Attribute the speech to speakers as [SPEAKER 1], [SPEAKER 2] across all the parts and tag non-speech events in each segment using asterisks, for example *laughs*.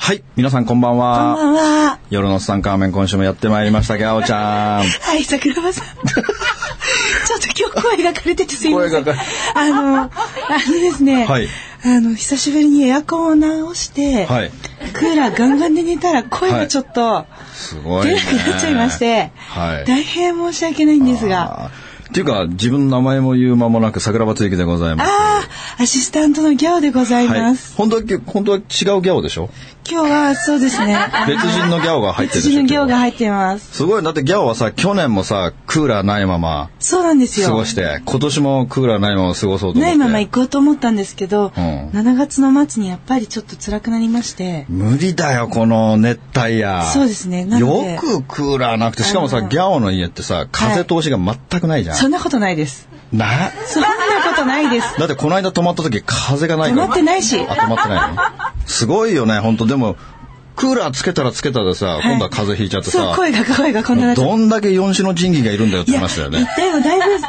[SPEAKER 1] はい、皆さんこんばん
[SPEAKER 2] こん
[SPEAKER 1] は。
[SPEAKER 2] ばんは。
[SPEAKER 1] 夜のツタンカーメン今週もやってまいりましたギャオちゃん。
[SPEAKER 2] *laughs* はい、桜庭さん。ちょっと今日声が枯れててすいません。
[SPEAKER 1] 声が枯れ
[SPEAKER 2] *laughs* あの、あのですね、
[SPEAKER 1] はい
[SPEAKER 2] あの、久しぶりにエアコンを直して、
[SPEAKER 1] はい。
[SPEAKER 2] クーラーガンガンで寝たら声がちょっと
[SPEAKER 1] すごい
[SPEAKER 2] 出
[SPEAKER 1] ね。
[SPEAKER 2] なくなっちゃいまして、
[SPEAKER 1] はい。
[SPEAKER 2] 大変申し訳ないんですが、
[SPEAKER 1] あー。っていうか、自分の名前も言う間もなく桜庭つゆきでございます。
[SPEAKER 2] ああ、アシスタントのギャオでござい
[SPEAKER 1] は
[SPEAKER 2] ま
[SPEAKER 1] い
[SPEAKER 2] す。。
[SPEAKER 1] 本当は、本当は違うギャオでしょ
[SPEAKER 2] 今日はそうですね、あの
[SPEAKER 1] 別人のギャオが入ってるで
[SPEAKER 2] 別
[SPEAKER 1] し
[SPEAKER 2] 人
[SPEAKER 1] ょ
[SPEAKER 2] のギャオが入ってます。
[SPEAKER 1] すごい。だってギャオはさ、去年もさ、クーラーないまま
[SPEAKER 2] そうなんです
[SPEAKER 1] 過
[SPEAKER 2] よ
[SPEAKER 1] ご。して、今年もクーラーないまま過ごそうと思って。
[SPEAKER 2] ないまま行こうと思ったんですけど、
[SPEAKER 1] うん
[SPEAKER 2] 7月の末にやっぱりちょっと辛くなりまして、
[SPEAKER 1] 無理だよ、この熱帯夜。
[SPEAKER 2] そうですねなので
[SPEAKER 1] よくクーラーなくて、しかもさ、
[SPEAKER 2] あの
[SPEAKER 1] ギャオの家ってさ、風通しが全くないじゃん。
[SPEAKER 2] そんなことないです。
[SPEAKER 1] な、
[SPEAKER 2] そんなことないです。
[SPEAKER 1] だってこの間泊まった時、風がない
[SPEAKER 2] 止
[SPEAKER 1] から。
[SPEAKER 2] まってないし。
[SPEAKER 1] あ、止まってないのすごいよね、本当でも、クーラーつけたらつけたでさ、今度は風邪ひいちゃって
[SPEAKER 2] そう、
[SPEAKER 1] さ、
[SPEAKER 2] 声が声がこんななっちゃう
[SPEAKER 1] どんだけ四種の神器がいるんだよって話だよ
[SPEAKER 2] い
[SPEAKER 1] ね
[SPEAKER 2] や。行ったよ、だい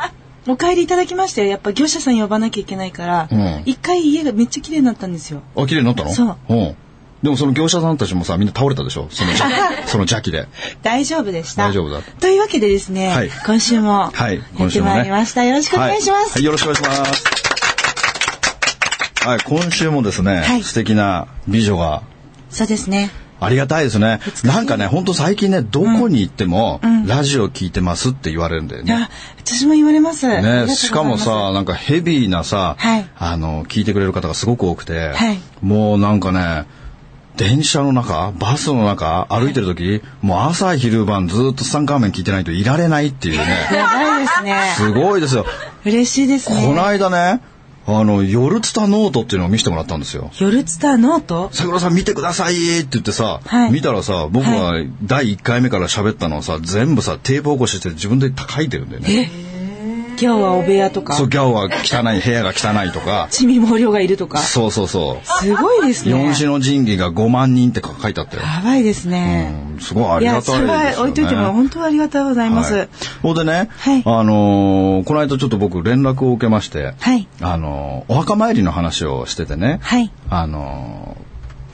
[SPEAKER 2] ぶお帰りいただきましたよ。やっぱ業者さん呼ばなきゃいけないから
[SPEAKER 1] うん、
[SPEAKER 2] 一、回家がめっちゃ綺麗になったんですよ。
[SPEAKER 1] あ、綺麗になったの。
[SPEAKER 2] そうん
[SPEAKER 1] でもその業者さんたちもさ、みんな倒れたでしょ
[SPEAKER 2] *laughs*
[SPEAKER 1] その邪その邪気で。
[SPEAKER 2] 大丈夫でした。
[SPEAKER 1] 大丈夫だ
[SPEAKER 2] というわけでですね、
[SPEAKER 1] はい
[SPEAKER 2] 今週も
[SPEAKER 1] はい、
[SPEAKER 2] や
[SPEAKER 1] 今
[SPEAKER 2] って
[SPEAKER 1] 週も
[SPEAKER 2] まい
[SPEAKER 1] ね。
[SPEAKER 2] りました。よろしくお願いします。
[SPEAKER 1] はい、はいよろしくお願いします。はい、今週もですね、
[SPEAKER 2] はい
[SPEAKER 1] 素敵な美女が
[SPEAKER 2] そうですね。
[SPEAKER 1] ありがたいですね
[SPEAKER 2] 美し。い
[SPEAKER 1] なんかね、ほんと最近ね、どこに行っても、ラジオ聞いてますって言われるんだよ
[SPEAKER 2] い
[SPEAKER 1] ね。
[SPEAKER 2] や、私も言われます。ありがとうござい
[SPEAKER 1] ね、
[SPEAKER 2] ます
[SPEAKER 1] しかもさ、、なんかヘビーなさ、
[SPEAKER 2] はい
[SPEAKER 1] あの、聞いてくれる方がすごく多くて、
[SPEAKER 2] はい
[SPEAKER 1] もうなんかね、電車の中、バスの中、歩いてる時、もう朝昼晩ずっとツタンカーメン聞いてないといられないってい
[SPEAKER 2] *laughs*
[SPEAKER 1] うね。
[SPEAKER 2] やばいですね。
[SPEAKER 1] すごいですよ。
[SPEAKER 2] 嬉しいです
[SPEAKER 1] この
[SPEAKER 2] ね。
[SPEAKER 1] 間ね、あの、夜ツタノートっていうのを見せてもらったんですよ。
[SPEAKER 2] 夜ツタノート
[SPEAKER 1] 桜さん見てくださいって言ってさ、
[SPEAKER 2] はい
[SPEAKER 1] 見たらさ、僕が第1回目から喋ったのをさ、全部さ、テープ起こしして自分で書いてるんだよね。
[SPEAKER 2] 今日はお部屋とか
[SPEAKER 1] そ、う、ギャオは汚い、部屋が汚いと *laughs* か、
[SPEAKER 2] ちみ毛量がいるとか、
[SPEAKER 1] そうそうそう。
[SPEAKER 2] すごいですね。
[SPEAKER 1] 四種の神器が5万人って書いてあったよ。
[SPEAKER 2] やばいですね。
[SPEAKER 1] うん、すごいあ
[SPEAKER 2] い
[SPEAKER 1] り
[SPEAKER 2] や、
[SPEAKER 1] が
[SPEAKER 2] そ
[SPEAKER 1] たい
[SPEAKER 2] れ
[SPEAKER 1] で
[SPEAKER 2] は
[SPEAKER 1] すよ、ね。
[SPEAKER 2] 置いといても本当ありがとうございます。
[SPEAKER 1] は
[SPEAKER 2] はいい。
[SPEAKER 1] ほんでね、
[SPEAKER 2] はい
[SPEAKER 1] あのーこの間ちょっと僕連絡を受けまして、
[SPEAKER 2] はい
[SPEAKER 1] あのーお墓参りの話をしててね、
[SPEAKER 2] はい
[SPEAKER 1] あの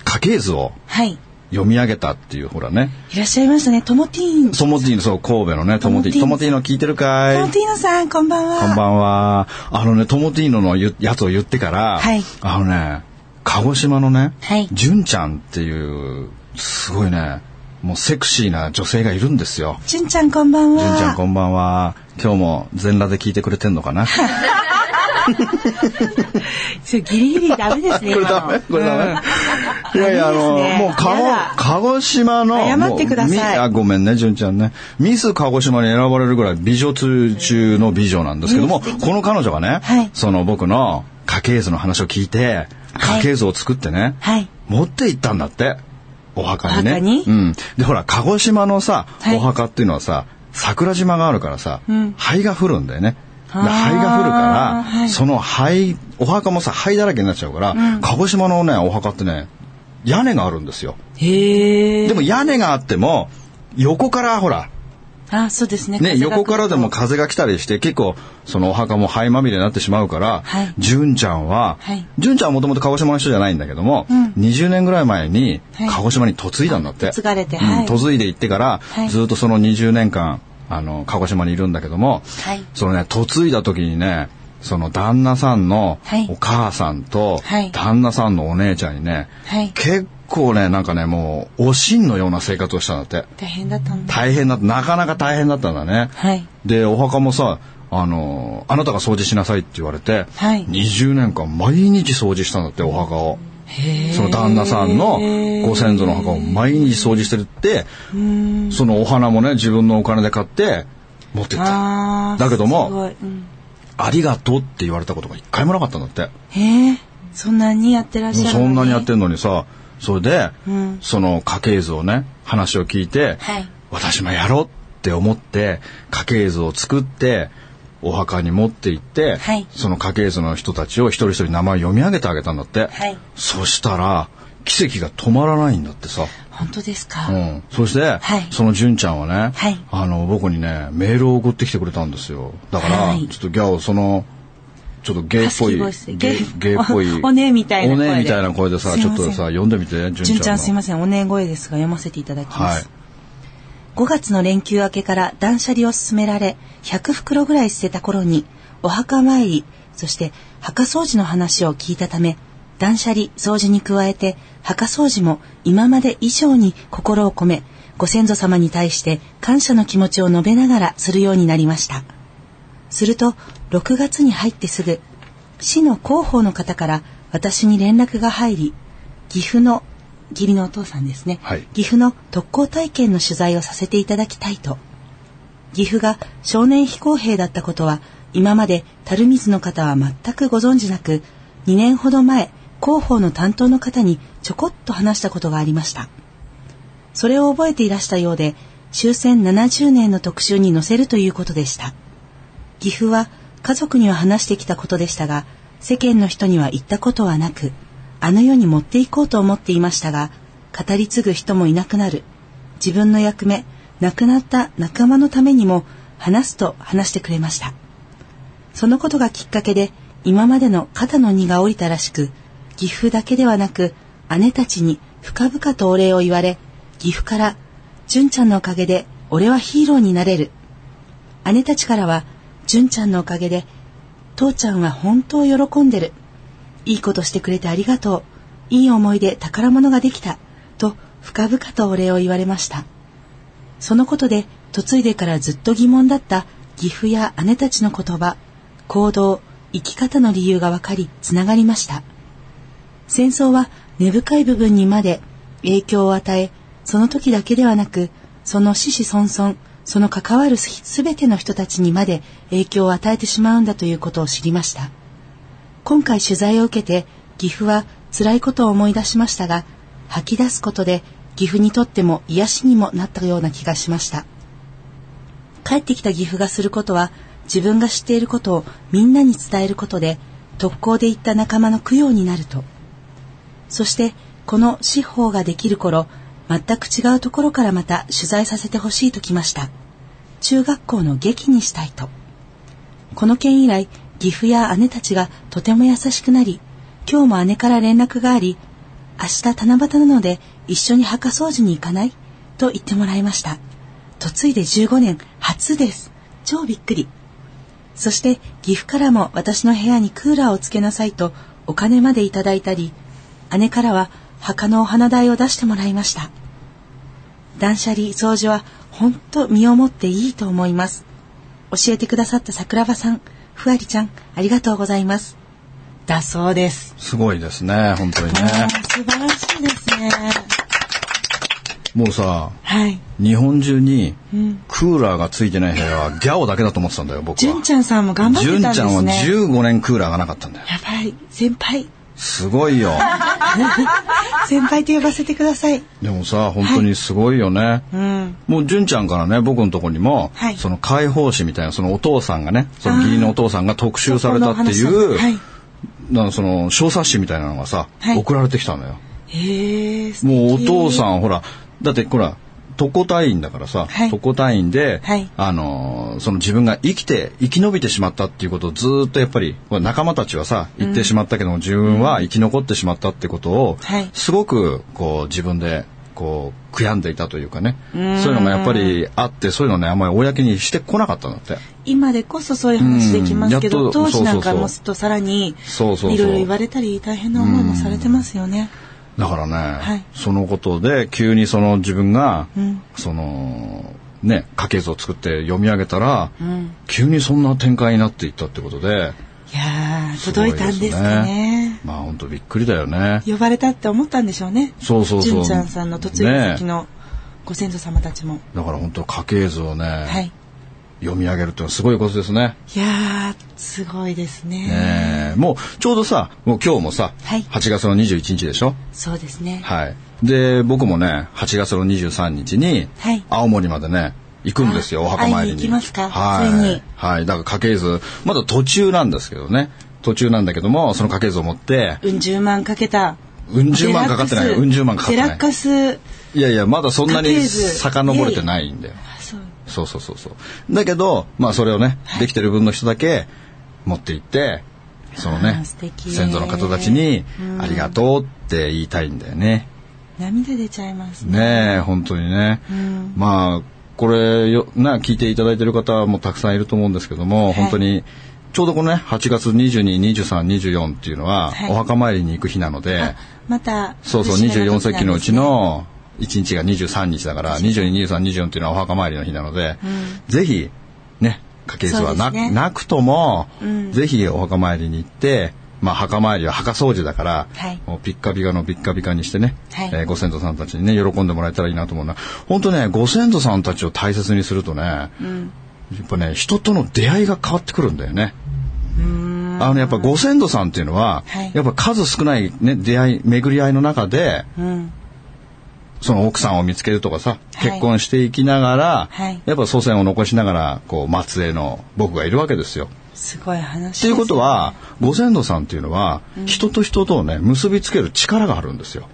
[SPEAKER 1] ー家系図を
[SPEAKER 2] はい。
[SPEAKER 1] 読み上げたっていう、ほらね、
[SPEAKER 2] いらっしゃいましたね。トモティーン。ト
[SPEAKER 1] トモティーの、そう、神戸のね、トモティーノ、
[SPEAKER 2] ト
[SPEAKER 1] トモ
[SPEAKER 2] モ
[SPEAKER 1] テ
[SPEAKER 2] テ
[SPEAKER 1] ィーノ聞いてるかい
[SPEAKER 2] モティーノさん、こんばんは。
[SPEAKER 1] こんばんは。あのね、トモティーノのゆやつを言ってから、
[SPEAKER 2] はい
[SPEAKER 1] あのね、鹿児島のね、
[SPEAKER 2] はい
[SPEAKER 1] 純ちゃんっていう、すごいね、もうセクシーな女性がいるんですよ。
[SPEAKER 2] じゅんちゃん、こんばんは。
[SPEAKER 1] 純ちゃんこんばんは。今日も全裸で聞いてくれてんのかな
[SPEAKER 2] そうギリギリダメですね、
[SPEAKER 1] *laughs* これ
[SPEAKER 2] 今の
[SPEAKER 1] ダメこれダメ、
[SPEAKER 2] うん
[SPEAKER 1] いやいや、
[SPEAKER 2] ダ
[SPEAKER 1] あの、
[SPEAKER 2] メですね
[SPEAKER 1] もう鹿
[SPEAKER 2] や
[SPEAKER 1] 児
[SPEAKER 2] だ、
[SPEAKER 1] 鹿児島の、
[SPEAKER 2] 謝ってください
[SPEAKER 1] もうみあ、ごめんね、純ちゃんね。ミス鹿児島に選ばれるぐらい美女中中の美女なんですけども、この彼女がね、
[SPEAKER 2] はい
[SPEAKER 1] その僕の家系図の話を聞いて、
[SPEAKER 2] はい
[SPEAKER 1] 家系図を作ってね、
[SPEAKER 2] はい。
[SPEAKER 1] 持って行ったんだって。お墓にね。
[SPEAKER 2] お墓に
[SPEAKER 1] うん。で、ほら、鹿児島のさ、
[SPEAKER 2] はい
[SPEAKER 1] お墓っていうのはさ、桜島があるからさ、
[SPEAKER 2] うん
[SPEAKER 1] 灰が降るんだよね。で
[SPEAKER 2] あー
[SPEAKER 1] 灰が降るから、
[SPEAKER 2] はい
[SPEAKER 1] その灰、お墓もさ、灰だらけになっちゃうから、鹿児島のね、お墓ってね、屋根があるんですよ。
[SPEAKER 2] へえ。
[SPEAKER 1] でも屋根があっても、横からほら、
[SPEAKER 2] あ、そうですね。
[SPEAKER 1] ね、
[SPEAKER 2] 風が来る
[SPEAKER 1] 横
[SPEAKER 2] と
[SPEAKER 1] からでも。風が来たりして、結構、そのお墓も灰まみれになってしまうから
[SPEAKER 2] はい、
[SPEAKER 1] 純、ちゃんは
[SPEAKER 2] はい、
[SPEAKER 1] 純、ちゃんはもともと鹿児島の人じゃないんだけども、
[SPEAKER 2] うん
[SPEAKER 1] 20年ぐらい前に
[SPEAKER 2] はい
[SPEAKER 1] 鹿児島に嫁いだんだって。
[SPEAKER 2] 嫁がれて
[SPEAKER 1] うん
[SPEAKER 2] はい
[SPEAKER 1] 嫁いで行ってから、
[SPEAKER 2] はい
[SPEAKER 1] ずっとその20年間、あの、鹿児島にいるんだけども、
[SPEAKER 2] はい。
[SPEAKER 1] そのね、嫁いだ時にね、その旦那さんの
[SPEAKER 2] はい
[SPEAKER 1] お母さんと
[SPEAKER 2] はい、
[SPEAKER 1] 旦那さんのお姉ちゃんにね、
[SPEAKER 2] はい。
[SPEAKER 1] 結構ね、なんかね、もう、おしんのような生活をしたんだって。
[SPEAKER 2] 大変だったんだ。
[SPEAKER 1] 大変だ、なかなか大変だったんだね。
[SPEAKER 2] はい。
[SPEAKER 1] でお墓もさあのあなたが掃除しなさいって言われて、
[SPEAKER 2] はい
[SPEAKER 1] 20年間毎日掃除したんだってお墓を
[SPEAKER 2] へえ。
[SPEAKER 1] その旦那さんのご先祖の墓を毎日掃除してるって
[SPEAKER 2] うーん。
[SPEAKER 1] そのお花もね自分のお金で買って持ってった
[SPEAKER 2] あー
[SPEAKER 1] だけども
[SPEAKER 2] すごい。うん
[SPEAKER 1] ありがとうって言われたことが一回もなかったんだって
[SPEAKER 2] へえ。そんなにやってらっしゃるの
[SPEAKER 1] そ
[SPEAKER 2] ね
[SPEAKER 1] んなにやってんのにさそれで、
[SPEAKER 2] うん
[SPEAKER 1] その家系図をね話を聞いて、
[SPEAKER 2] はい。
[SPEAKER 1] 私もやろうっって思って家系図を作ってお墓に持って行って、
[SPEAKER 2] はい
[SPEAKER 1] その家系図の人たちを一人一人名前読み上げてあげたんだって、
[SPEAKER 2] はい
[SPEAKER 1] そしたら奇跡が止まらないんだってさ、
[SPEAKER 2] 本当ですか、
[SPEAKER 1] うん、そして、
[SPEAKER 2] はい
[SPEAKER 1] その純ちゃんはね、
[SPEAKER 2] はい
[SPEAKER 1] あの僕にねメールを送ってきてくれたんですよだから、
[SPEAKER 2] はい
[SPEAKER 1] ちょっとギャオそのちょっとゲイっぽい
[SPEAKER 2] ハスキーボ
[SPEAKER 1] ゲ
[SPEAKER 2] イ
[SPEAKER 1] イ
[SPEAKER 2] スで
[SPEAKER 1] ゲイっぽい
[SPEAKER 2] おお *laughs* ねえみたいな声で
[SPEAKER 1] おねえみたいな声でさ
[SPEAKER 2] すい
[SPEAKER 1] ちょ
[SPEAKER 2] ま
[SPEAKER 1] っ
[SPEAKER 2] せん
[SPEAKER 1] とさ読んでみて純ちゃん
[SPEAKER 2] 純
[SPEAKER 1] の
[SPEAKER 2] ちゃんすいません、おねえ声ですが読ませていただきます。
[SPEAKER 1] はい
[SPEAKER 2] 5月の連休明けから断捨離を進められ、100袋ぐらい捨てた頃に、お墓参り、そして墓掃除の話を聞いたため、断捨離、掃除に加えて、墓掃除も今まで以上に心を込め、ご先祖様に対して感謝の気持ちを述べながらするようになりました。すると、6月に入ってすぐ、市の広報の方から私に連絡が入り、岐阜の、義理のお父さんですね、
[SPEAKER 1] はい
[SPEAKER 2] 岐阜の特攻体験の取材をさせていただきたいと。岐阜が少年飛行兵だったことは、今まで垂水の方は全くご存じなく、2年ほど前、広報の担当の方にちょこっと話したことがありました。それを覚えていらしたようで、終戦70年の特集に載せるということでした。岐阜は家族には話してきたことでしたが世間の人には言ったことはなくあの世に持っていこうと思っていましたが語り継ぐ人もいなくなる自分の役目亡くなった仲間のためにも話すと話してくれましたそのことがきっかけで今までの肩の荷が下りたらしく岐阜だけではなく姉たちに深々とお礼を言われ岐阜から「純ちゃんのおかげで俺はヒーローになれる」姉たちからは「純ちゃんのおかげで父ちゃんは本当喜んでる」「いいことしてくれてありがとう」「いい思い出宝物ができた」と深々とお礼を言われましたそのことで嫁いでからずっと疑問だった岐阜や姉たちの言葉行動生き方の理由が分かりつながりました戦争は根深い部分にまで影響を与えその時だけではなくその死死孫孫その関わるすべての人たちにまで影響を与えてしまうんだということを知りました今回取材を受けて岐阜は辛いことを思い出しましたが吐き出すことで岐阜にとっても癒しにもなったような気がしました帰ってきた岐阜がすることは自分が知っていることをみんなに伝えることで特攻で行った仲間の供養になるとそしてこの司法ができる頃全く違うところからまた取材させてほしいときました中学校の劇にしたいとこの件以来岐阜や姉たちがとても優しくなり今日も姉から連絡があり明日七夕なので一緒に墓掃除に行かないと言ってもらいました嫁いで15年初です超びっくりそして岐阜からも私の部屋にクーラーをつけなさいとお金までいただいたり姉からは墓のお花代を出してもらいました断捨離掃除は本当身をもっていいと思います教えてくださった桜庭さんふわりちゃんありがとうございますだそうです
[SPEAKER 1] すごいですね本当にね
[SPEAKER 2] 素晴らしいですね
[SPEAKER 1] もうさ
[SPEAKER 2] はい
[SPEAKER 1] 日本中にクーラーがついてない部屋はギャオだけだと思ってたんだよ僕は
[SPEAKER 2] 純ちゃんさんも頑張ってたんで
[SPEAKER 1] 純ちゃ
[SPEAKER 2] す
[SPEAKER 1] んは
[SPEAKER 2] ね
[SPEAKER 1] 15年クーラーがなかったんだよ
[SPEAKER 2] やばい先輩 *laughs*
[SPEAKER 1] すごいよ
[SPEAKER 2] 先輩と呼ばせてください
[SPEAKER 1] でもさ本当にすごいよね、
[SPEAKER 2] うん
[SPEAKER 1] もう純ちゃんからね僕のとこにも、
[SPEAKER 2] はい
[SPEAKER 1] その解放誌みたいなそのお父さんがねその義理のお父さんが特集されたってい
[SPEAKER 2] そこのお
[SPEAKER 1] う
[SPEAKER 2] 話はい
[SPEAKER 1] なんかその小冊子みたいなのがさ、
[SPEAKER 2] はい
[SPEAKER 1] 送られてきたのよ。
[SPEAKER 2] へえ素敵
[SPEAKER 1] もうお父さんほらだってほら特攻隊員だからさ、
[SPEAKER 2] はい
[SPEAKER 1] 特攻隊員で、
[SPEAKER 2] はい
[SPEAKER 1] あのーその自分が生きて生き延びてしまったっていうことをずーっとやっぱりほら仲間たちはさ言ってしまったけども、自分は生き残ってしまったってことを、
[SPEAKER 2] はい
[SPEAKER 1] すごくこう自分でこう悔やんでいたというかねそういうのがやっぱりあってそういうのねあんまり公にしてこなかったんだって。
[SPEAKER 2] 今でこそそういう話できますけ
[SPEAKER 1] うん
[SPEAKER 2] ど
[SPEAKER 1] やっと
[SPEAKER 2] 当時なんか
[SPEAKER 1] そうそうそう
[SPEAKER 2] もすっとさらに
[SPEAKER 1] そうそうそう
[SPEAKER 2] いろいろ言われたり大変な思いもされてますよね
[SPEAKER 1] だからね、
[SPEAKER 2] い
[SPEAKER 1] そのことで急にその自分が、
[SPEAKER 2] ん
[SPEAKER 1] そのね家系図を作って読み上げたら、
[SPEAKER 2] ん
[SPEAKER 1] 急にそんな展開になっていったってことで
[SPEAKER 2] いやー届いたんですかね
[SPEAKER 1] まあ本当びっくりだよね
[SPEAKER 2] 呼ばれたって思ったんでしょうね
[SPEAKER 1] そうそうそう
[SPEAKER 2] 純ちゃんさんの嫁いだ先のご先祖様たちも、
[SPEAKER 1] だから本当家系図をね、
[SPEAKER 2] はい
[SPEAKER 1] 読み上げるってのはすごいことですね
[SPEAKER 2] いやーすごいですね
[SPEAKER 1] ねえもうちょうどさもう今日もさ、
[SPEAKER 2] はい
[SPEAKER 1] 8月の21日でしょ
[SPEAKER 2] そうですね
[SPEAKER 1] はいで僕もね8月の23日に
[SPEAKER 2] はい
[SPEAKER 1] 青森までね行くんですよ、お墓参
[SPEAKER 2] 会い
[SPEAKER 1] りに。
[SPEAKER 2] に行きますか
[SPEAKER 1] はい。
[SPEAKER 2] ついに
[SPEAKER 1] はい。だから家系図、まだ途中なんですけどね。途中なんだけども、その家系図を持って、
[SPEAKER 2] うん十万かけた。
[SPEAKER 1] うん十万かかってないよ。うん十万かかって
[SPEAKER 2] デ
[SPEAKER 1] な
[SPEAKER 2] ラ
[SPEAKER 1] い。
[SPEAKER 2] ッカス。
[SPEAKER 1] いやいや、まだそんな
[SPEAKER 2] 家
[SPEAKER 1] に
[SPEAKER 2] 系図
[SPEAKER 1] 遡れてないんだよ。
[SPEAKER 2] あそう
[SPEAKER 1] そうそうそうそう。だけど、まあそれをね、できてる分の人だけ持って行って、その
[SPEAKER 2] あ
[SPEAKER 1] ね
[SPEAKER 2] ー素、敵
[SPEAKER 1] 先祖の方たちに、ありがとうって言いたいんだよね。
[SPEAKER 2] 涙出ちゃいますね。
[SPEAKER 1] ねえ、本当にね。まあ、これよ、な、聞いていただいてる方もたくさんいると思うんですけども、
[SPEAKER 2] い
[SPEAKER 1] 本当に、ちょうどこのね、8月22、23、24っていうのは、
[SPEAKER 2] はい
[SPEAKER 1] お墓参りに行く日なので、
[SPEAKER 2] あまた。
[SPEAKER 1] そうそう、
[SPEAKER 2] 節目
[SPEAKER 1] 24
[SPEAKER 2] 時
[SPEAKER 1] 世
[SPEAKER 2] なんですね
[SPEAKER 1] 紀のうち。の1日が23日だから、22、23、24っていうのはお墓参りの日なので、ぜひ、ね、家系図は
[SPEAKER 2] そ
[SPEAKER 1] な,、
[SPEAKER 2] うですね
[SPEAKER 1] なくとも、
[SPEAKER 2] うん
[SPEAKER 1] ぜひお墓参りに行って、まあ、墓参りは墓掃除だから、
[SPEAKER 2] はい
[SPEAKER 1] もうピッカピカのピッカピカにしてね、
[SPEAKER 2] はい
[SPEAKER 1] えーご先祖さんたちにね、喜んでもらえたらいいなと思うな。本当ね、ご先祖さんたちを大切にするとね、や
[SPEAKER 2] うん。
[SPEAKER 1] っぱね、人との出会いが変わってくるんだよね。
[SPEAKER 2] うーん
[SPEAKER 1] あのね、やっぱご先祖さんっていうのは、
[SPEAKER 2] はい
[SPEAKER 1] やっぱ数少ないね、出会い、巡り合いの中で、
[SPEAKER 2] うん。
[SPEAKER 1] その奥さんを見つけるとかさ、
[SPEAKER 2] はい
[SPEAKER 1] 結婚していきながら、
[SPEAKER 2] はい
[SPEAKER 1] やっぱ祖先を残しながら、こう、末裔の僕がいるわけですよ。
[SPEAKER 2] すごい話。
[SPEAKER 1] っていうこと。は、ご先祖さんっていうのは、人と人とをね、結びつける力があるんですよ。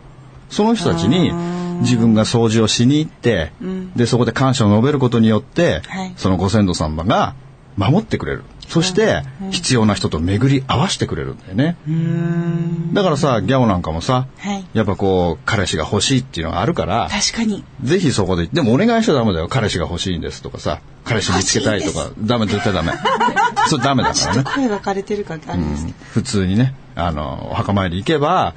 [SPEAKER 1] その人たちに
[SPEAKER 2] あ、
[SPEAKER 1] 自分が掃除をしに行って、
[SPEAKER 2] うん
[SPEAKER 1] で、そこで感謝を述べることによって、
[SPEAKER 2] はい
[SPEAKER 1] そのご先祖様が守ってくれる。そして、必要な人と巡り合わせてくれるんだよね。
[SPEAKER 2] うーん。
[SPEAKER 1] だからさ、ギャオなんかもさ、
[SPEAKER 2] はい
[SPEAKER 1] やっぱこう、彼氏が欲しいっていうのがあるから、
[SPEAKER 2] 確かに。
[SPEAKER 1] ぜひそこで、でもお願いしちゃダメだよ。彼氏が欲しいんですとかさ、彼氏見つけたいとか、ダメ、絶対ダ
[SPEAKER 2] *laughs*
[SPEAKER 1] メ。それダメだ
[SPEAKER 2] ち
[SPEAKER 1] か
[SPEAKER 2] ょっ
[SPEAKER 1] らね
[SPEAKER 2] と。声が枯れてるかあれですけど。
[SPEAKER 1] 普通にね、あの、お墓参り行けば、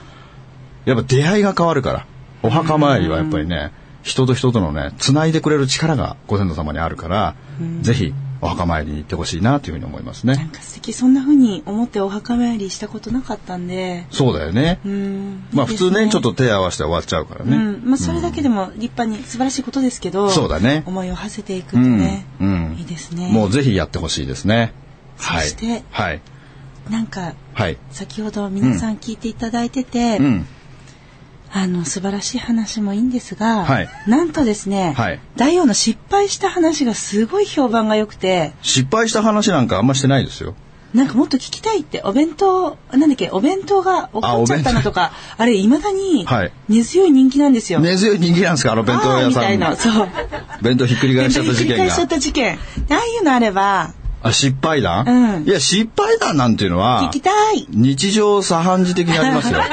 [SPEAKER 1] やっぱ出会いが変わるから。お墓参りはやっぱりね、人と人とのね、繋いでくれる力がご先祖様にあるから、ぜひお墓参りに行ってほしいなというふうに思います
[SPEAKER 2] なん
[SPEAKER 1] ね。
[SPEAKER 2] か素敵そんな風に思ってお墓参りしたことなかったんで。
[SPEAKER 1] そうだよね
[SPEAKER 2] う。ん。
[SPEAKER 1] まあ普通
[SPEAKER 2] いいです
[SPEAKER 1] ね、ちょっと手合わせて終わっちゃうから
[SPEAKER 2] う
[SPEAKER 1] ね。
[SPEAKER 2] ん、まあそれだけでも立派に素晴らしいことですけど、
[SPEAKER 1] そうだね
[SPEAKER 2] 思いを馳せていくとね、
[SPEAKER 1] うんうん
[SPEAKER 2] いいですね。
[SPEAKER 1] もうぜひやってほしいですね。
[SPEAKER 2] そして
[SPEAKER 1] はい。はい。
[SPEAKER 2] なんか
[SPEAKER 1] はい。
[SPEAKER 2] 先ほど皆さん聞いていただいてて、
[SPEAKER 1] うん。
[SPEAKER 2] あの素晴らしい話もいいんですが、
[SPEAKER 1] はい
[SPEAKER 2] なんとですね、
[SPEAKER 1] はい
[SPEAKER 2] 大王の失敗した話がすごい評判が良くて、
[SPEAKER 1] 失敗した話なんかあんましてないですよ。
[SPEAKER 2] なんかもっと聞きたいってお弁当なんだっけお弁当が起こっちゃったのとか、あれ未だに
[SPEAKER 1] はい
[SPEAKER 2] 根強い人気なんですよ。
[SPEAKER 1] 根強い人気なんですかあの弁当
[SPEAKER 2] あー
[SPEAKER 1] 屋
[SPEAKER 2] み
[SPEAKER 1] さ
[SPEAKER 2] たい
[SPEAKER 1] ん
[SPEAKER 2] な、。そう。
[SPEAKER 1] 弁当ひっくり返しちゃった事
[SPEAKER 2] 繰り
[SPEAKER 1] 件
[SPEAKER 2] 返しちゃっ
[SPEAKER 1] が。
[SPEAKER 2] た事件。ああいうのあれば、
[SPEAKER 1] あ、失敗談、
[SPEAKER 2] うん
[SPEAKER 1] いや、失敗談なんていうの
[SPEAKER 2] 聞
[SPEAKER 1] は
[SPEAKER 2] き、たい。
[SPEAKER 1] 日常茶飯事的にありますよ。
[SPEAKER 2] *laughs*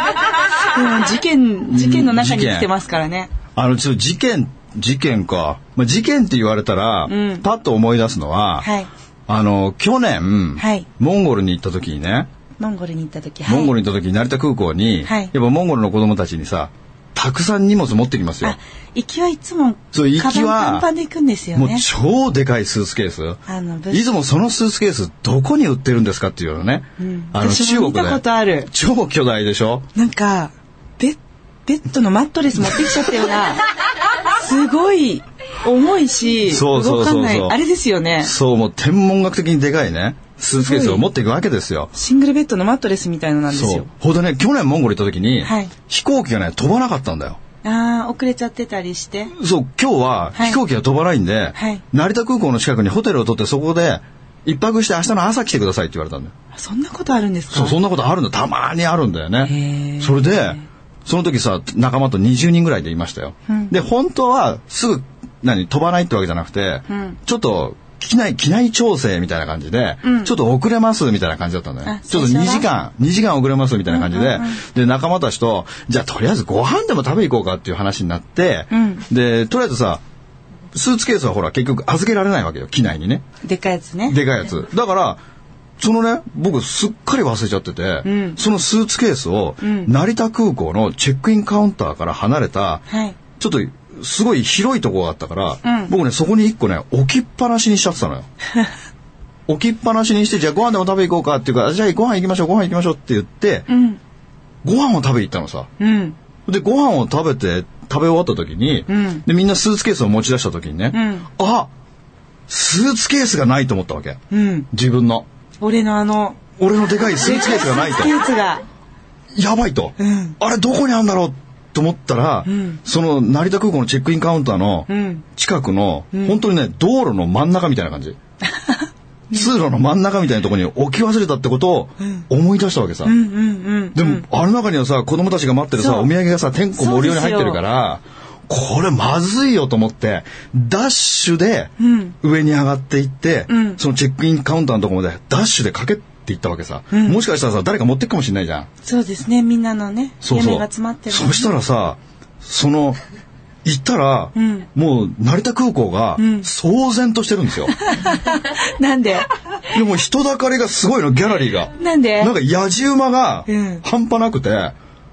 [SPEAKER 2] うん、事件、事件の中に
[SPEAKER 1] 事件
[SPEAKER 2] 来てますからね。
[SPEAKER 1] あの、ちょっと事件、事件か。まあ、事件って言われたら、
[SPEAKER 2] うん
[SPEAKER 1] パッと思い出すのは、
[SPEAKER 2] はい
[SPEAKER 1] あの、去年、
[SPEAKER 2] はい
[SPEAKER 1] モンゴルに行った時にね、
[SPEAKER 2] モンゴルに行った時、
[SPEAKER 1] モンゴ
[SPEAKER 2] ル
[SPEAKER 1] ルに行った時に成田空港に、
[SPEAKER 2] はい
[SPEAKER 1] やっぱモンゴルの子供たちにさ、たくさん荷物持ってきますよ
[SPEAKER 2] あ。、行きはいつも、
[SPEAKER 1] そう行
[SPEAKER 2] カバ
[SPEAKER 1] きは
[SPEAKER 2] ンパンパンで行くんですよ
[SPEAKER 1] もう
[SPEAKER 2] ね。
[SPEAKER 1] 超でかいスーツケース。
[SPEAKER 2] あの、ぶ
[SPEAKER 1] いつもそのスーツケースどこに売ってるんですかっていうのね。
[SPEAKER 2] うん
[SPEAKER 1] あの
[SPEAKER 2] 私
[SPEAKER 1] 中
[SPEAKER 2] も
[SPEAKER 1] 国
[SPEAKER 2] 見たこと
[SPEAKER 1] で
[SPEAKER 2] ある。
[SPEAKER 1] 超巨大でしょ
[SPEAKER 2] なんか、ベッ、ベッドのマットレス持ってきちゃったよう
[SPEAKER 1] *laughs*
[SPEAKER 2] な、すごい、重いし、
[SPEAKER 1] そうそうそうそう
[SPEAKER 2] 動かない。あれですよね。
[SPEAKER 1] そうもう天文学的にでかいねスーツケースを持っていくわけですよ。
[SPEAKER 2] シングルベッドのマットレスみたいのなんです
[SPEAKER 1] そう
[SPEAKER 2] よ。。
[SPEAKER 1] ほんでね去年モンゴル行った時に、
[SPEAKER 2] はい
[SPEAKER 1] 飛行機がね飛ばなかったんだよ。
[SPEAKER 2] ああ、遅れちゃってたりして。
[SPEAKER 1] そう今日は
[SPEAKER 2] はい
[SPEAKER 1] 飛行機が飛ばないんで、
[SPEAKER 2] はい
[SPEAKER 1] 成田空港の近くにホテルを取ってそこで一泊して明日の朝来てくださいって言われたんだよ。
[SPEAKER 2] そんなことあるんですか
[SPEAKER 1] そうそんなことあるんだたまにあるんだよ
[SPEAKER 2] へ
[SPEAKER 1] ね
[SPEAKER 2] ー
[SPEAKER 1] それでその時さ仲間と20人ぐらいでいましたよ、
[SPEAKER 2] うん
[SPEAKER 1] で本当はすぐ何飛ばないってわけじゃなくて、
[SPEAKER 2] うん
[SPEAKER 1] ちょっと機内機内調整みたいな感じで、
[SPEAKER 2] うん
[SPEAKER 1] ちょっと遅れますみたいな感じだったんだよ
[SPEAKER 2] あ
[SPEAKER 1] ちょっと
[SPEAKER 2] 最
[SPEAKER 1] 2
[SPEAKER 2] 初は
[SPEAKER 1] 時間2時間遅れますみたいな感じで、で仲間たちとじゃあとりあえずご飯でも食べ行こうかっていう話になって、
[SPEAKER 2] うん
[SPEAKER 1] でとりあえずさスーツケースはほら結局預けられないわけよ機内にね、
[SPEAKER 2] でっかいやつね。
[SPEAKER 1] でかいやつ。だから、そのね、僕すっかり忘れちゃってて、
[SPEAKER 2] うん
[SPEAKER 1] そのスーツケースを、
[SPEAKER 2] うん
[SPEAKER 1] 成田空港のチェックインカウンターから離れた、
[SPEAKER 2] はい。
[SPEAKER 1] ちょっとすごい広いところがあったから、
[SPEAKER 2] うん
[SPEAKER 1] 僕ね、そこに一個ね、置きっぱなしにしちゃって
[SPEAKER 2] *laughs*
[SPEAKER 1] たのよ。置きっぱなしにして、じゃあご飯でも食べ行こうかっていうから、じゃあご飯行きましょう、ご飯行きましょうって言って、
[SPEAKER 2] うん。
[SPEAKER 1] ご飯を食べ行ったのさ。
[SPEAKER 2] うん。
[SPEAKER 1] で、ご飯を食べて、食べ終わった時に、
[SPEAKER 2] うん
[SPEAKER 1] で、みんなスーツケースを持ち出した時にね、
[SPEAKER 2] うん
[SPEAKER 1] あスーツケースがないと思ったわけ。
[SPEAKER 2] うん。
[SPEAKER 1] 自分の。
[SPEAKER 2] 俺のあの、
[SPEAKER 1] 俺のでかいスーツケースがない
[SPEAKER 2] ス
[SPEAKER 1] と
[SPEAKER 2] ケ。ーツが。
[SPEAKER 1] やばいと。
[SPEAKER 2] うん
[SPEAKER 1] あれどこにあるんだろうっと思ったら、その成田空港のチェックインカウンターの
[SPEAKER 2] うん。
[SPEAKER 1] 近くの、本当にね、道路の真ん中みたいな感じ。通路の真ん中みたいなところに置き忘れたってことを思い出したわけさ。
[SPEAKER 2] うんうんうん。
[SPEAKER 1] でも、あの中にはさ、子供たちが待ってるさ、
[SPEAKER 2] そう
[SPEAKER 1] お土産がさ、てんこ盛りように入ってるから、これまずいよと思って、ダッシュで
[SPEAKER 2] うん
[SPEAKER 1] 上に上がっていって、
[SPEAKER 2] うん
[SPEAKER 1] そのチェックインカウンターのところまでダッシュでかけっていったわけさ、もしかしたらさ、誰か持ってくかもしれないじゃん。
[SPEAKER 2] そうですね、みんなのね、
[SPEAKER 1] そうそう。
[SPEAKER 2] 夢が詰まってる、
[SPEAKER 1] そしたらさ、その、行ったら、
[SPEAKER 2] ん
[SPEAKER 1] もう成田空港が
[SPEAKER 2] ん
[SPEAKER 1] 騒然としてるんです
[SPEAKER 2] *laughs*
[SPEAKER 1] よ。
[SPEAKER 2] なんで
[SPEAKER 1] でも人だかりがすごいの、ギャラリーが。
[SPEAKER 2] なんで
[SPEAKER 1] なんか野じ馬が
[SPEAKER 2] うん
[SPEAKER 1] 半端なくて、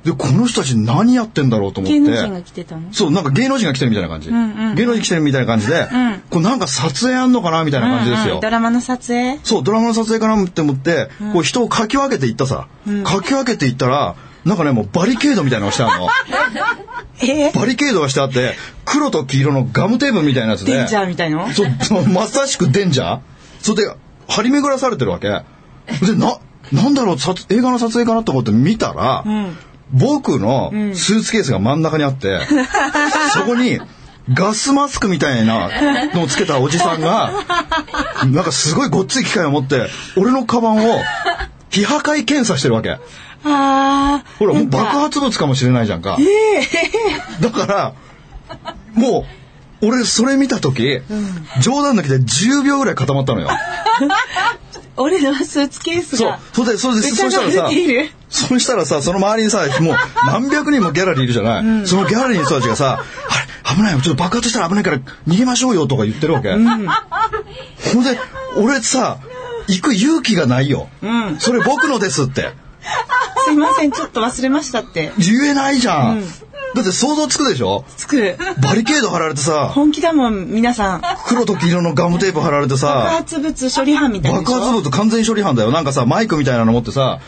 [SPEAKER 1] で、この人たち何やってんだろうと思っ
[SPEAKER 2] 芸能人が
[SPEAKER 1] て。
[SPEAKER 2] 来てたの
[SPEAKER 1] そう、なんか芸能人が来てるみたいな感じ。
[SPEAKER 2] んうんうん
[SPEAKER 1] 芸能人来てるみたいな感じで、
[SPEAKER 2] ん
[SPEAKER 1] こうなんか撮影あんのかなみたいな感じです
[SPEAKER 2] うん
[SPEAKER 1] よ。
[SPEAKER 2] うんドラマの撮影
[SPEAKER 1] そう、ドラマの撮影かなって思って、こう人をかき分けていったさ。かき分けていったら、なんかね、もうバリケードみたいなのをしてあ
[SPEAKER 2] *laughs*
[SPEAKER 1] るの。
[SPEAKER 2] え
[SPEAKER 1] バリケードがしてあって、黒と黄色のガムテープみたいなやつで。
[SPEAKER 2] デンジャーみたいの
[SPEAKER 1] そうそう、まさしくデンジャーそれで、張り巡らされてるわけ。で、な、なんだろう、さつ映画の撮影かなと思って見たら、
[SPEAKER 2] ん
[SPEAKER 1] 僕のスーツケースが真ん中にあって、そこに、ガスマスクみたいなのをつけたおじさんが、なんかすごいごっつい機械を持って、俺のカバンを、非破壊検査してるわけ。
[SPEAKER 2] あー
[SPEAKER 1] ほら、もう
[SPEAKER 2] なんか
[SPEAKER 1] 爆発物かもしれないじゃんか。だから、もう、俺それ見た時、冗談抜きで10秒ぐらい固まったのよ。
[SPEAKER 2] *laughs* 俺のスーツケース
[SPEAKER 1] そう
[SPEAKER 2] が。
[SPEAKER 1] それで、それで、
[SPEAKER 2] めちゃ
[SPEAKER 1] そ
[SPEAKER 2] めち
[SPEAKER 1] した
[SPEAKER 2] ゃ
[SPEAKER 1] ら
[SPEAKER 2] 売れ
[SPEAKER 1] さ
[SPEAKER 2] ている、
[SPEAKER 1] そしたらさ、その周りにさ、もう何百人もギャラリーいるじゃない。そのギャラリーの人たちがさ、あれ、危ないよ、ちょっと爆発したら危ないから逃げましょうよとか言ってるわけ。ほんで、俺さ、行く勇気がないよ。
[SPEAKER 2] うん
[SPEAKER 1] それ僕のですって。
[SPEAKER 2] すいません、ちょっと忘れましたって。
[SPEAKER 1] 言えないじゃん。だって想像つくでしょ
[SPEAKER 2] 作る。
[SPEAKER 1] バリケード張られてさ、
[SPEAKER 2] 本気だもん、皆さん。
[SPEAKER 1] 黒と黄色のガムテープ貼られて
[SPEAKER 2] 爆
[SPEAKER 1] さ、
[SPEAKER 2] 発物処理班みたいなでし
[SPEAKER 1] 爆
[SPEAKER 2] ょ。
[SPEAKER 1] 発物完全処理班だよ。なんかさ、マイクみたいなの持ってさ、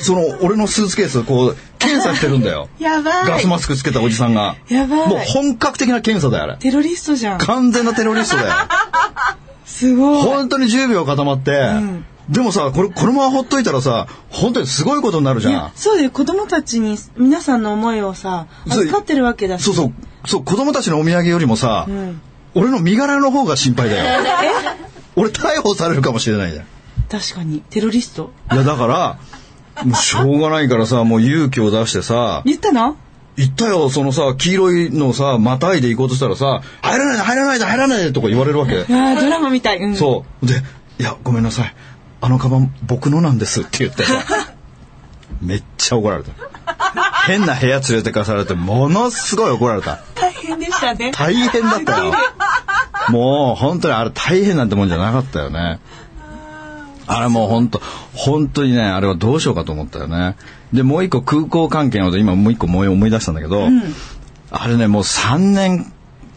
[SPEAKER 1] その俺のスーツケース、こう、検査してるんだよ。
[SPEAKER 2] やばい。
[SPEAKER 1] ガスマスクつけたおじさんが。
[SPEAKER 2] やばい
[SPEAKER 1] もう本格的な検査だよ、あれ。
[SPEAKER 2] テロリストじゃん。
[SPEAKER 1] 完全なテロリスト
[SPEAKER 2] *laughs*
[SPEAKER 1] だよ。
[SPEAKER 2] すごい。
[SPEAKER 1] 本当に10秒固まって、
[SPEAKER 2] ん
[SPEAKER 1] でもさ、これ、このままほっといたらさ、本当にすごいことになる
[SPEAKER 2] い
[SPEAKER 1] じゃん
[SPEAKER 2] や。そうだよ子供たちに皆さんの思いをさ
[SPEAKER 1] そう
[SPEAKER 2] 預かってるわけだし
[SPEAKER 1] そうそう、そう、子供たちのお土産よりもさ、
[SPEAKER 2] ん
[SPEAKER 1] 俺の身柄の方が心
[SPEAKER 2] *laughs*
[SPEAKER 1] 配だよ。俺逮捕されるかもしれないじゃん。
[SPEAKER 2] 確かにテロリスト
[SPEAKER 1] いやだから、もうしょうがないからさ、もう勇気を出してさ、
[SPEAKER 2] 言ったの
[SPEAKER 1] 行ったよ、そのさ、黄色いのをさ、またいで行こうとしたらさ、入らないで、入らないで、入らないでとか言われるわけ
[SPEAKER 2] い。やードラマみたい、うん、
[SPEAKER 1] そう。で、いや、ごめんなさい。あのカバン、僕のなんですって言ってさ、めっちゃ怒られた。変な部屋連れてかされて、ものすごい怒られた。
[SPEAKER 2] 大変でしたね
[SPEAKER 1] 大変だったよ。もう、本当にあれ大変なんてもんじゃなかったよね。あれもう本当、本当にね、あれはどうしようかと思ったよね。で、もう一個空港関係のこと、今もう一個思い思い出したんだけど、あれね、もう3年、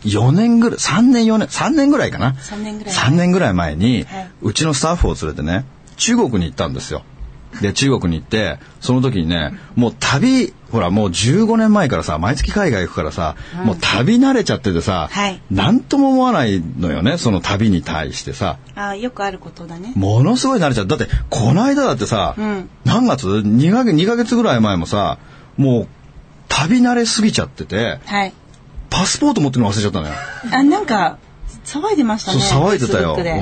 [SPEAKER 1] 4年ぐらい、3年4年、3年ぐらいかな。
[SPEAKER 2] 3年ぐらい
[SPEAKER 1] 3年ぐらい前に、
[SPEAKER 2] はいう
[SPEAKER 1] ちのスタッフを連れてね、中国に行ったんですよ。で、中国に行って、その時にね、もう旅、ほら、もう15年前からさ、毎月海外行くからさ、もう旅慣れちゃっててさ、
[SPEAKER 2] はい
[SPEAKER 1] なんとも思わないのよね、その旅に対してさ。
[SPEAKER 2] あーよくあることだね
[SPEAKER 1] ものすごい慣れちゃう。だって、この間だってさ、
[SPEAKER 2] うん
[SPEAKER 1] 何月 ?2 ヶ月、2ヶ月ぐらい前もさ、もう、旅慣れすぎちゃってて、
[SPEAKER 2] はい
[SPEAKER 1] パスポート持ってるの忘れちゃったのよ。
[SPEAKER 2] あなんか騒いでました
[SPEAKER 1] そう、
[SPEAKER 2] ね
[SPEAKER 1] 騒いでたよ。
[SPEAKER 2] Facebook で
[SPEAKER 1] うん。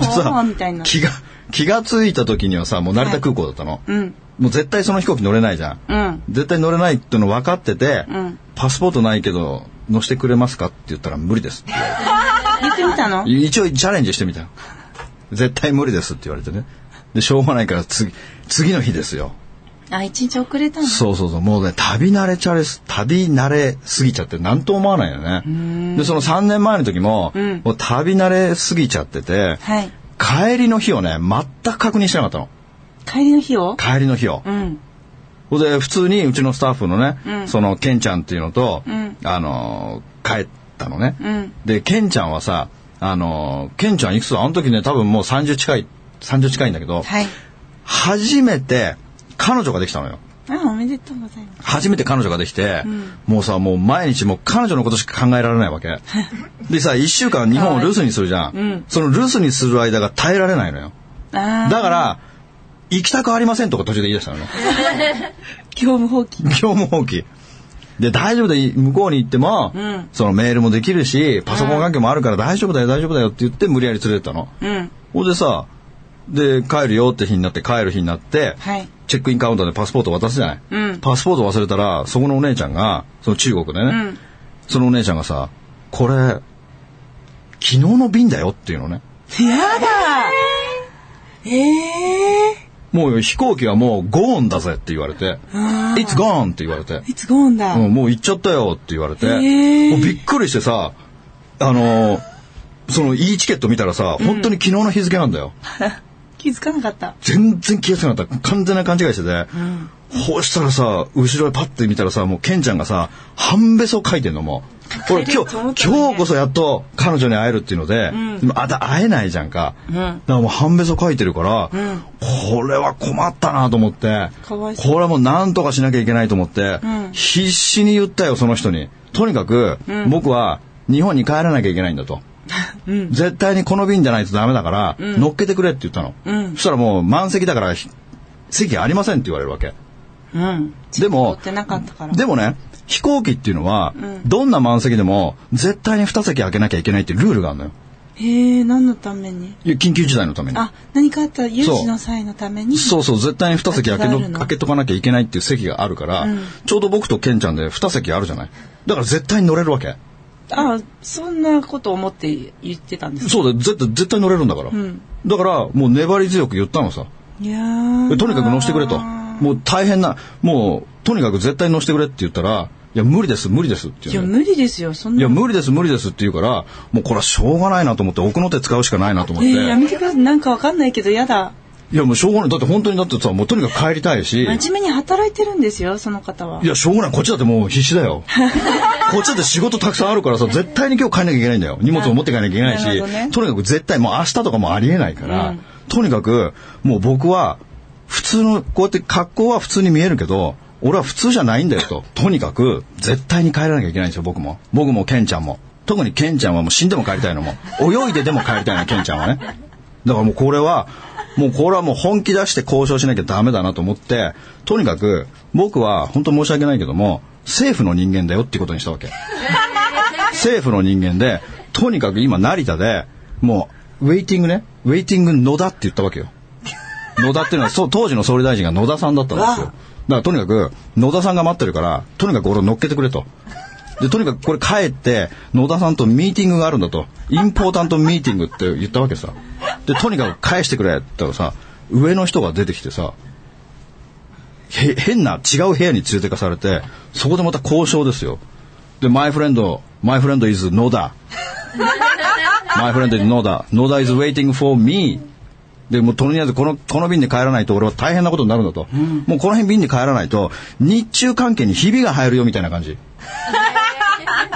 [SPEAKER 1] で
[SPEAKER 2] おー
[SPEAKER 1] さ
[SPEAKER 2] みたいな
[SPEAKER 1] 気が、気がついた時にはさ、もう成田空港だったの。
[SPEAKER 2] うん
[SPEAKER 1] もう絶対その飛行機乗れないじゃん。
[SPEAKER 2] うん
[SPEAKER 1] 絶対乗れないっての分かってて、
[SPEAKER 2] うん
[SPEAKER 1] パスポートないけど、乗せてくれますかって言ったら無
[SPEAKER 2] *laughs*
[SPEAKER 1] 理ですって。
[SPEAKER 2] 言ってみたの
[SPEAKER 1] 一応チャレンジしてみたの絶対無理ですって言われてね。で、しょうがないから次、次の日ですよ。
[SPEAKER 2] あ一日遅れたの
[SPEAKER 1] そうそうそう。もうね、旅慣れちゃれす、旅慣れすぎちゃって、なんとも思わないよね。で、その3年前の時も、
[SPEAKER 2] うん
[SPEAKER 1] もう旅慣れすぎちゃってて、
[SPEAKER 2] はい
[SPEAKER 1] 帰りの日をね、全く確認してなかったの。
[SPEAKER 2] 帰りの日を
[SPEAKER 1] 帰りの日を。
[SPEAKER 2] うん
[SPEAKER 1] ほんで、普通にうちのスタッフのね、
[SPEAKER 2] うん
[SPEAKER 1] その、ケンちゃんっていうのと、
[SPEAKER 2] うん
[SPEAKER 1] あのー、帰ったのね。
[SPEAKER 2] うん
[SPEAKER 1] で、ケンちゃんはさ、あのー、ケンちゃんいくつあの時ね、多分もう30近い、30近いんだけど、
[SPEAKER 2] はい
[SPEAKER 1] 初めて彼女ができたのよ。
[SPEAKER 2] あおめでとうございます
[SPEAKER 1] 初めて彼女ができて、もうさ、もう毎日もう彼女のことしか考えられない
[SPEAKER 2] *laughs*
[SPEAKER 1] わけ。でさ、一週間日本を留守にするじゃん。
[SPEAKER 2] うん
[SPEAKER 1] その留守にする間が耐えられないのよ。
[SPEAKER 2] あー
[SPEAKER 1] だから、行きたくありませんとか途中で言い出したのね。
[SPEAKER 2] 業務放棄
[SPEAKER 1] 業務放棄。で、大丈夫だよ、向こうに行っても、
[SPEAKER 2] ん
[SPEAKER 1] そのメールもできるし、パソコン関係もあるから大丈夫だよ、大丈夫だよって言って無理やり連れてったの。
[SPEAKER 2] うん。
[SPEAKER 1] ほんでさ、で、帰るよって日になって、帰る日になって、
[SPEAKER 2] はい。
[SPEAKER 1] チェックインカウンターでパスポート渡すじゃない。
[SPEAKER 2] うん
[SPEAKER 1] パスポート忘れたら、そこのお姉ちゃんが、その中国でね、
[SPEAKER 2] うん。
[SPEAKER 1] そのお姉ちゃんがさ、これ、昨日の便だよっていうのね。
[SPEAKER 2] やだええ
[SPEAKER 1] もう飛行機はもうゴーンだぜって言われて、
[SPEAKER 2] あ
[SPEAKER 1] It's gone って言われて、
[SPEAKER 2] いつゴーンだ。
[SPEAKER 1] うんもう行っちゃったよって言われて、
[SPEAKER 2] へー
[SPEAKER 1] もうびっくりしてさ、あのーその E チケット見たらさ、本当に昨日の日付なんだよ。
[SPEAKER 2] 気づかなかった。
[SPEAKER 1] 全然気がつかなかった。完全な勘違いしてて、こうしたらさ、後ろへパッて見たらさ、もうケンちゃんがさ、半べそ書いてんのもう。
[SPEAKER 2] れ
[SPEAKER 1] 俺
[SPEAKER 2] る
[SPEAKER 1] 今日、
[SPEAKER 2] と思ったね
[SPEAKER 1] 今日こそやっと彼女に会えるっていうので、でもあた会えないじゃんか。だからもう半べそ書いてるから、これは困ったなと思って、
[SPEAKER 2] かわいそう
[SPEAKER 1] これはもうなんとかしなきゃいけないと思って、
[SPEAKER 2] ん
[SPEAKER 1] 必死に言ったよ、その人に。とにかく、僕は日本に帰らなきゃいけないん
[SPEAKER 2] *laughs*
[SPEAKER 1] だと。絶対にこの便じゃないとダメだから、乗っけてくれって言ったの、
[SPEAKER 2] うん
[SPEAKER 1] そしたらもう満席だからひ席ありませんって言われるわけ
[SPEAKER 2] うん。
[SPEAKER 1] で
[SPEAKER 2] 乗
[SPEAKER 1] も
[SPEAKER 2] ってなかったから。
[SPEAKER 1] でもね飛行機っていうのは、どんな満席でも絶対に2席空けなきゃいけないっていうルールがあるのよ
[SPEAKER 2] ええ何のために
[SPEAKER 1] いや緊急事態のために
[SPEAKER 2] あ、何かあったら有事の際のために。
[SPEAKER 1] そうそう絶対に2席
[SPEAKER 2] 空
[SPEAKER 1] 空け
[SPEAKER 2] きがあ
[SPEAKER 1] の
[SPEAKER 2] るの
[SPEAKER 1] 空けとかなきゃいけないっていう席があるから、
[SPEAKER 2] うん
[SPEAKER 1] ちょうど僕とケンちゃんで2席あるじゃないだから絶対に乗れるわけ
[SPEAKER 2] あ、そんなこと思って言ってたんですか
[SPEAKER 1] そうだよ絶対絶対乗れるんだから、
[SPEAKER 2] ん
[SPEAKER 1] だからもう粘り強く言ったのさ
[SPEAKER 2] いやー
[SPEAKER 1] とにかく乗せてくれと。もう大変な、もうとにかく絶対乗せてくれって言ったら、いや無理です無理ですって
[SPEAKER 2] いや、
[SPEAKER 1] 言うの。
[SPEAKER 2] 無理ですよ、そん
[SPEAKER 1] い
[SPEAKER 2] な。
[SPEAKER 1] や無理です無理ですって言うから、もうこれはしょうがないなと思って奥の手使うしかないなと思っ
[SPEAKER 2] え
[SPEAKER 1] て。
[SPEAKER 2] ーやめてください。なんかわかんないけど、やだ。
[SPEAKER 1] いやもうしょうがない。だって本当にだってさ、もうとにかく帰りたいし。。
[SPEAKER 2] 真面目に働いてるんですよ、その方はい
[SPEAKER 1] やしょうがない。こっちだってもう必死
[SPEAKER 2] *laughs*
[SPEAKER 1] だよ。こっちだって仕事たくさんあるからさ、絶対に今日帰んなきゃいけないんだよ。荷物を持って帰んなきゃいけない
[SPEAKER 2] なる
[SPEAKER 1] し、
[SPEAKER 2] ほどね
[SPEAKER 1] とにかく絶対もう明日とかもありえないから、とにかくもう僕は普通の、こうやって格好は普通に見えるけど、俺は普通じゃないんだよと。とにかく絶対に帰らなきゃいけないんですよ、僕も。僕もケンちゃんも。特にケンちゃんはもう死んでも帰りたいのも。泳いででも帰りたいの、ケンちゃんはね。だからもうこれは、もうこれはもう本気出して交渉しなきゃダメだなと思って、とにかく僕は本当申し訳ないけども、政府の人間だよってことにしたわけ。政府の人間で、とにかく今成田で、もう、ウェイティングね、ウェイティング野田って言ったわけよ。野田っていうのは、そう当時の総理大臣が野田さんだったんですよ。だからとにかく、野田さんが待ってるから、とにかく俺を乗っけてくれと。で、とにかくこれ帰って、野田さんとミーティングがあるんだと。インポータントミーティングって言ったわけさ。で、とにかく返してくれって言ったらさ、上の人が出てきてさ、へ変な違う部屋に連れてかされてそこでまた交渉ですよで「マイフレンドマイフレンド is 野田」「マイフレンド is 野田」「野田 is waiting for me」でもうとりあえずこのこの便で帰らないと俺は大変なことになるんだと、もうこの辺便で帰らないと日中関係にひびが入るよみたいな感じ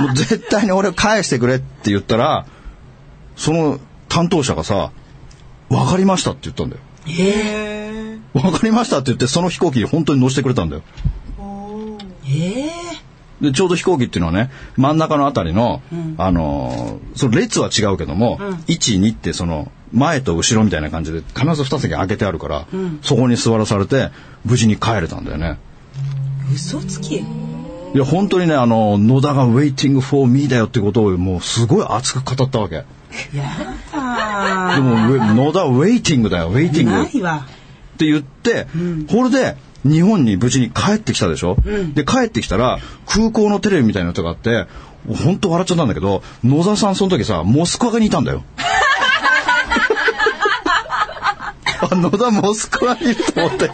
[SPEAKER 1] もう絶対に俺を返してくれって言ったらその担当者がさ「分かりました」って言ったんだよ
[SPEAKER 2] えー、
[SPEAKER 1] わかりましたって言って、その飛行機に本当に乗せてくれたんだよ。
[SPEAKER 2] えー、
[SPEAKER 1] で、ちょうど飛行機っていうのはね、真ん中のあたりの、あのーその列は違うけども、1、2ってその、前と後ろみたいな感じで、必ず2席空けてあるから、そこに座らされて、無事に帰れたんだよね。
[SPEAKER 2] 嘘つき
[SPEAKER 1] いや、本当にね、あの、野田が waiting for me だよってことを、もうすごい熱く語ったわけ。
[SPEAKER 2] やだ
[SPEAKER 1] でも、ウェ野田 waiting だよ、waiting。
[SPEAKER 2] ないわ。
[SPEAKER 1] って言って、これで日本に無事に帰ってきたでしょ、で帰ってきたら空港のテレビみたいなのとかあって本当笑っちゃったんだけど野沢さんその時さモスクワにいたんだよ。あ野田モスクワにいると思って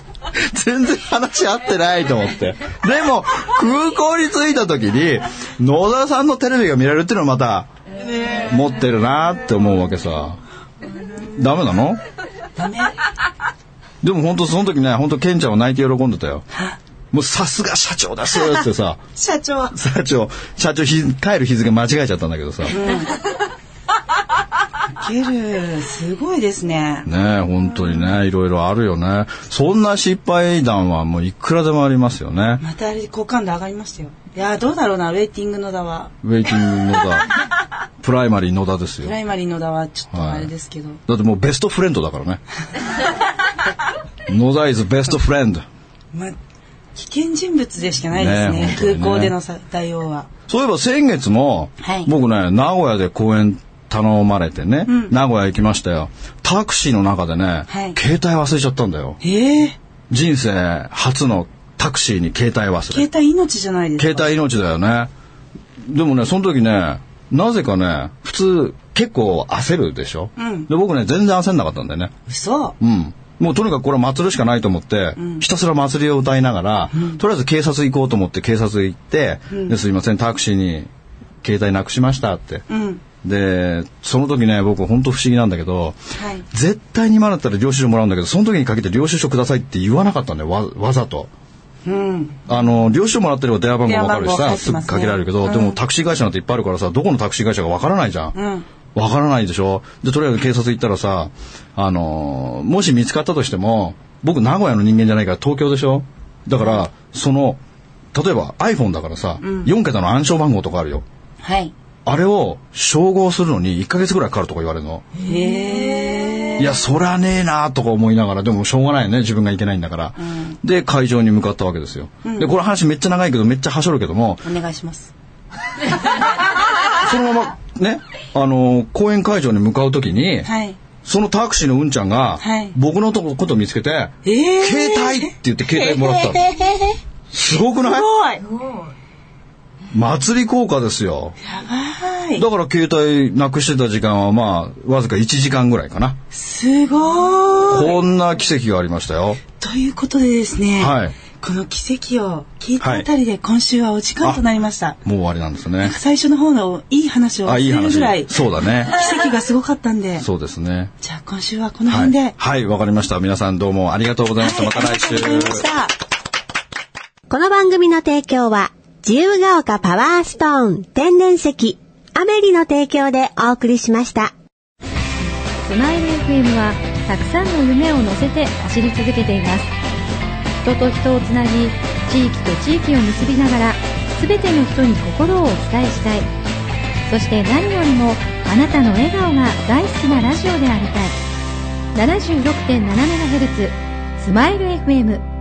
[SPEAKER 1] 全然話合ってないと思ってでも空港に着いた時に野田さんのテレビが見られるっていうのはまた持ってるなって思うわけさダメなの
[SPEAKER 2] ダメ。
[SPEAKER 1] でも本当その時ね、本当ケンちゃんは泣いて喜んでたよ。もうさすが社長だそうってさ、
[SPEAKER 2] 社長。
[SPEAKER 1] 社長、社長日帰る日付間違えちゃったんだけどさ、ね
[SPEAKER 2] ゲル、すごいですね。
[SPEAKER 1] え本当にね、いろいろあるよね。そんな失敗談はもういくらでもありますよね。
[SPEAKER 2] またあれ、好感度上がりましたよ。いやー、どうだろうな、ウェイティングのだは。
[SPEAKER 1] ウェイティング野田、プライマリー野田です
[SPEAKER 2] プ
[SPEAKER 1] よ。
[SPEAKER 2] ライマリーのだは、ちょっとあれですけど。
[SPEAKER 1] だってもうベストフレンドだからね。野田 is ベストフレンド。
[SPEAKER 2] ま、危険人物でしかないですね
[SPEAKER 1] ねえ本当に
[SPEAKER 2] 空
[SPEAKER 1] ね
[SPEAKER 2] 港でのさ対応は
[SPEAKER 1] そういえば先月も、
[SPEAKER 2] はい
[SPEAKER 1] 僕ね、名古屋で公演頼まれてね、
[SPEAKER 2] ん
[SPEAKER 1] 名古屋行きましたよ。タクシーの中でね、
[SPEAKER 2] はい
[SPEAKER 1] 携帯忘れちゃったんだよ。
[SPEAKER 2] ええ
[SPEAKER 1] 人生初のタクシーに携帯忘れ。
[SPEAKER 2] 携帯命じゃないですか
[SPEAKER 1] 携帯命だよね。でもね、その時ね、なぜかね、普通結構焦るでしょ、
[SPEAKER 2] うん
[SPEAKER 1] で、僕ね、全然焦んなかったんだよね。
[SPEAKER 2] 嘘
[SPEAKER 1] うん。もうとにかくこれは祭るしかないと思って、ひたすら祭りを歌いながら、とりあえず警察行こうと思って警察行って、ですいません、タクシーに携帯なくしましたって。
[SPEAKER 2] うん
[SPEAKER 1] で、その時ね、僕本当不思議なんだけど、
[SPEAKER 2] はい
[SPEAKER 1] 絶対に今だったら領収書もらうんだけど、その時に限って領収書くださいって言わなかったんだよ、わわざと。
[SPEAKER 2] うん
[SPEAKER 1] あの、領収書もらってれば電話番号わかるし
[SPEAKER 2] 電話番号入
[SPEAKER 1] さ、
[SPEAKER 2] って
[SPEAKER 1] す
[SPEAKER 2] ま
[SPEAKER 1] ぐ
[SPEAKER 2] すね
[SPEAKER 1] かけられるけど、
[SPEAKER 2] うん
[SPEAKER 1] でもタクシー会社なんていっぱいあるからさ、どこのタクシー会社かわからないじゃん。
[SPEAKER 2] うん
[SPEAKER 1] わからないでしょで、とりあえず警察行ったらさ、あのーもし見つかったとしても、僕名古屋の人間じゃないから東京でしょだから、その、例えば iPhone だからさ、
[SPEAKER 2] ん
[SPEAKER 1] 4桁の暗証番号とかあるよ。
[SPEAKER 2] はい
[SPEAKER 1] あれを照合するのに1ヶ月ぐらいかかるとか言われるの。
[SPEAKER 2] ええ
[SPEAKER 1] いや、そりゃねえなとか思いながら、でもしょうがないよね、自分がいけないんだから。
[SPEAKER 2] ん
[SPEAKER 1] で、会場に向かったわけですよ。で、これ話めっちゃ長いけど、めっちゃはしょるけども、
[SPEAKER 2] お願いします
[SPEAKER 1] そのまま、ね、あのー公演会場に向かうときに、
[SPEAKER 2] はい
[SPEAKER 1] そのタクシーのうんちゃんが
[SPEAKER 2] はい、
[SPEAKER 1] 僕のとこことを見つけて、
[SPEAKER 2] ええ
[SPEAKER 1] 携帯って言って携帯もらったの。
[SPEAKER 2] *laughs*
[SPEAKER 1] すごくない
[SPEAKER 2] すごいや
[SPEAKER 1] 祭り効果ですよ。
[SPEAKER 2] ばい
[SPEAKER 1] だから携帯なくしてた時間はまあ、わずか1時間ぐらいかな。
[SPEAKER 2] すごい
[SPEAKER 1] こんな奇跡がありましたよ。
[SPEAKER 2] ということでですね、
[SPEAKER 1] はい
[SPEAKER 2] この奇跡を聞いたあたりで今週はお時間となりました、
[SPEAKER 1] もう終わりなんですね。
[SPEAKER 2] 最初の方のいい話を
[SPEAKER 1] あ、い
[SPEAKER 2] 忘
[SPEAKER 1] い
[SPEAKER 2] れる
[SPEAKER 1] 話
[SPEAKER 2] ぐらい。奇
[SPEAKER 1] そうだね。
[SPEAKER 2] 跡がすごかったんで
[SPEAKER 1] そうですね。
[SPEAKER 2] じゃあ今週はこの
[SPEAKER 1] は
[SPEAKER 2] 辺で、
[SPEAKER 1] い。はい、わかりました。皆さんどうもありがとうございました。また来週。
[SPEAKER 2] ありがとうございました
[SPEAKER 3] この番組の提供は、自由が丘パワーストーン天然石、アメリの提供でお送りしました。
[SPEAKER 4] スマイル FM はたくさんの夢を乗せて走り続けています人と人をつなぎ地域と地域を結びながら全ての人に心をお伝えしたいそして何よりもあなたの笑顔が大好きなラジオでありたい 76.7MHz スマイル FM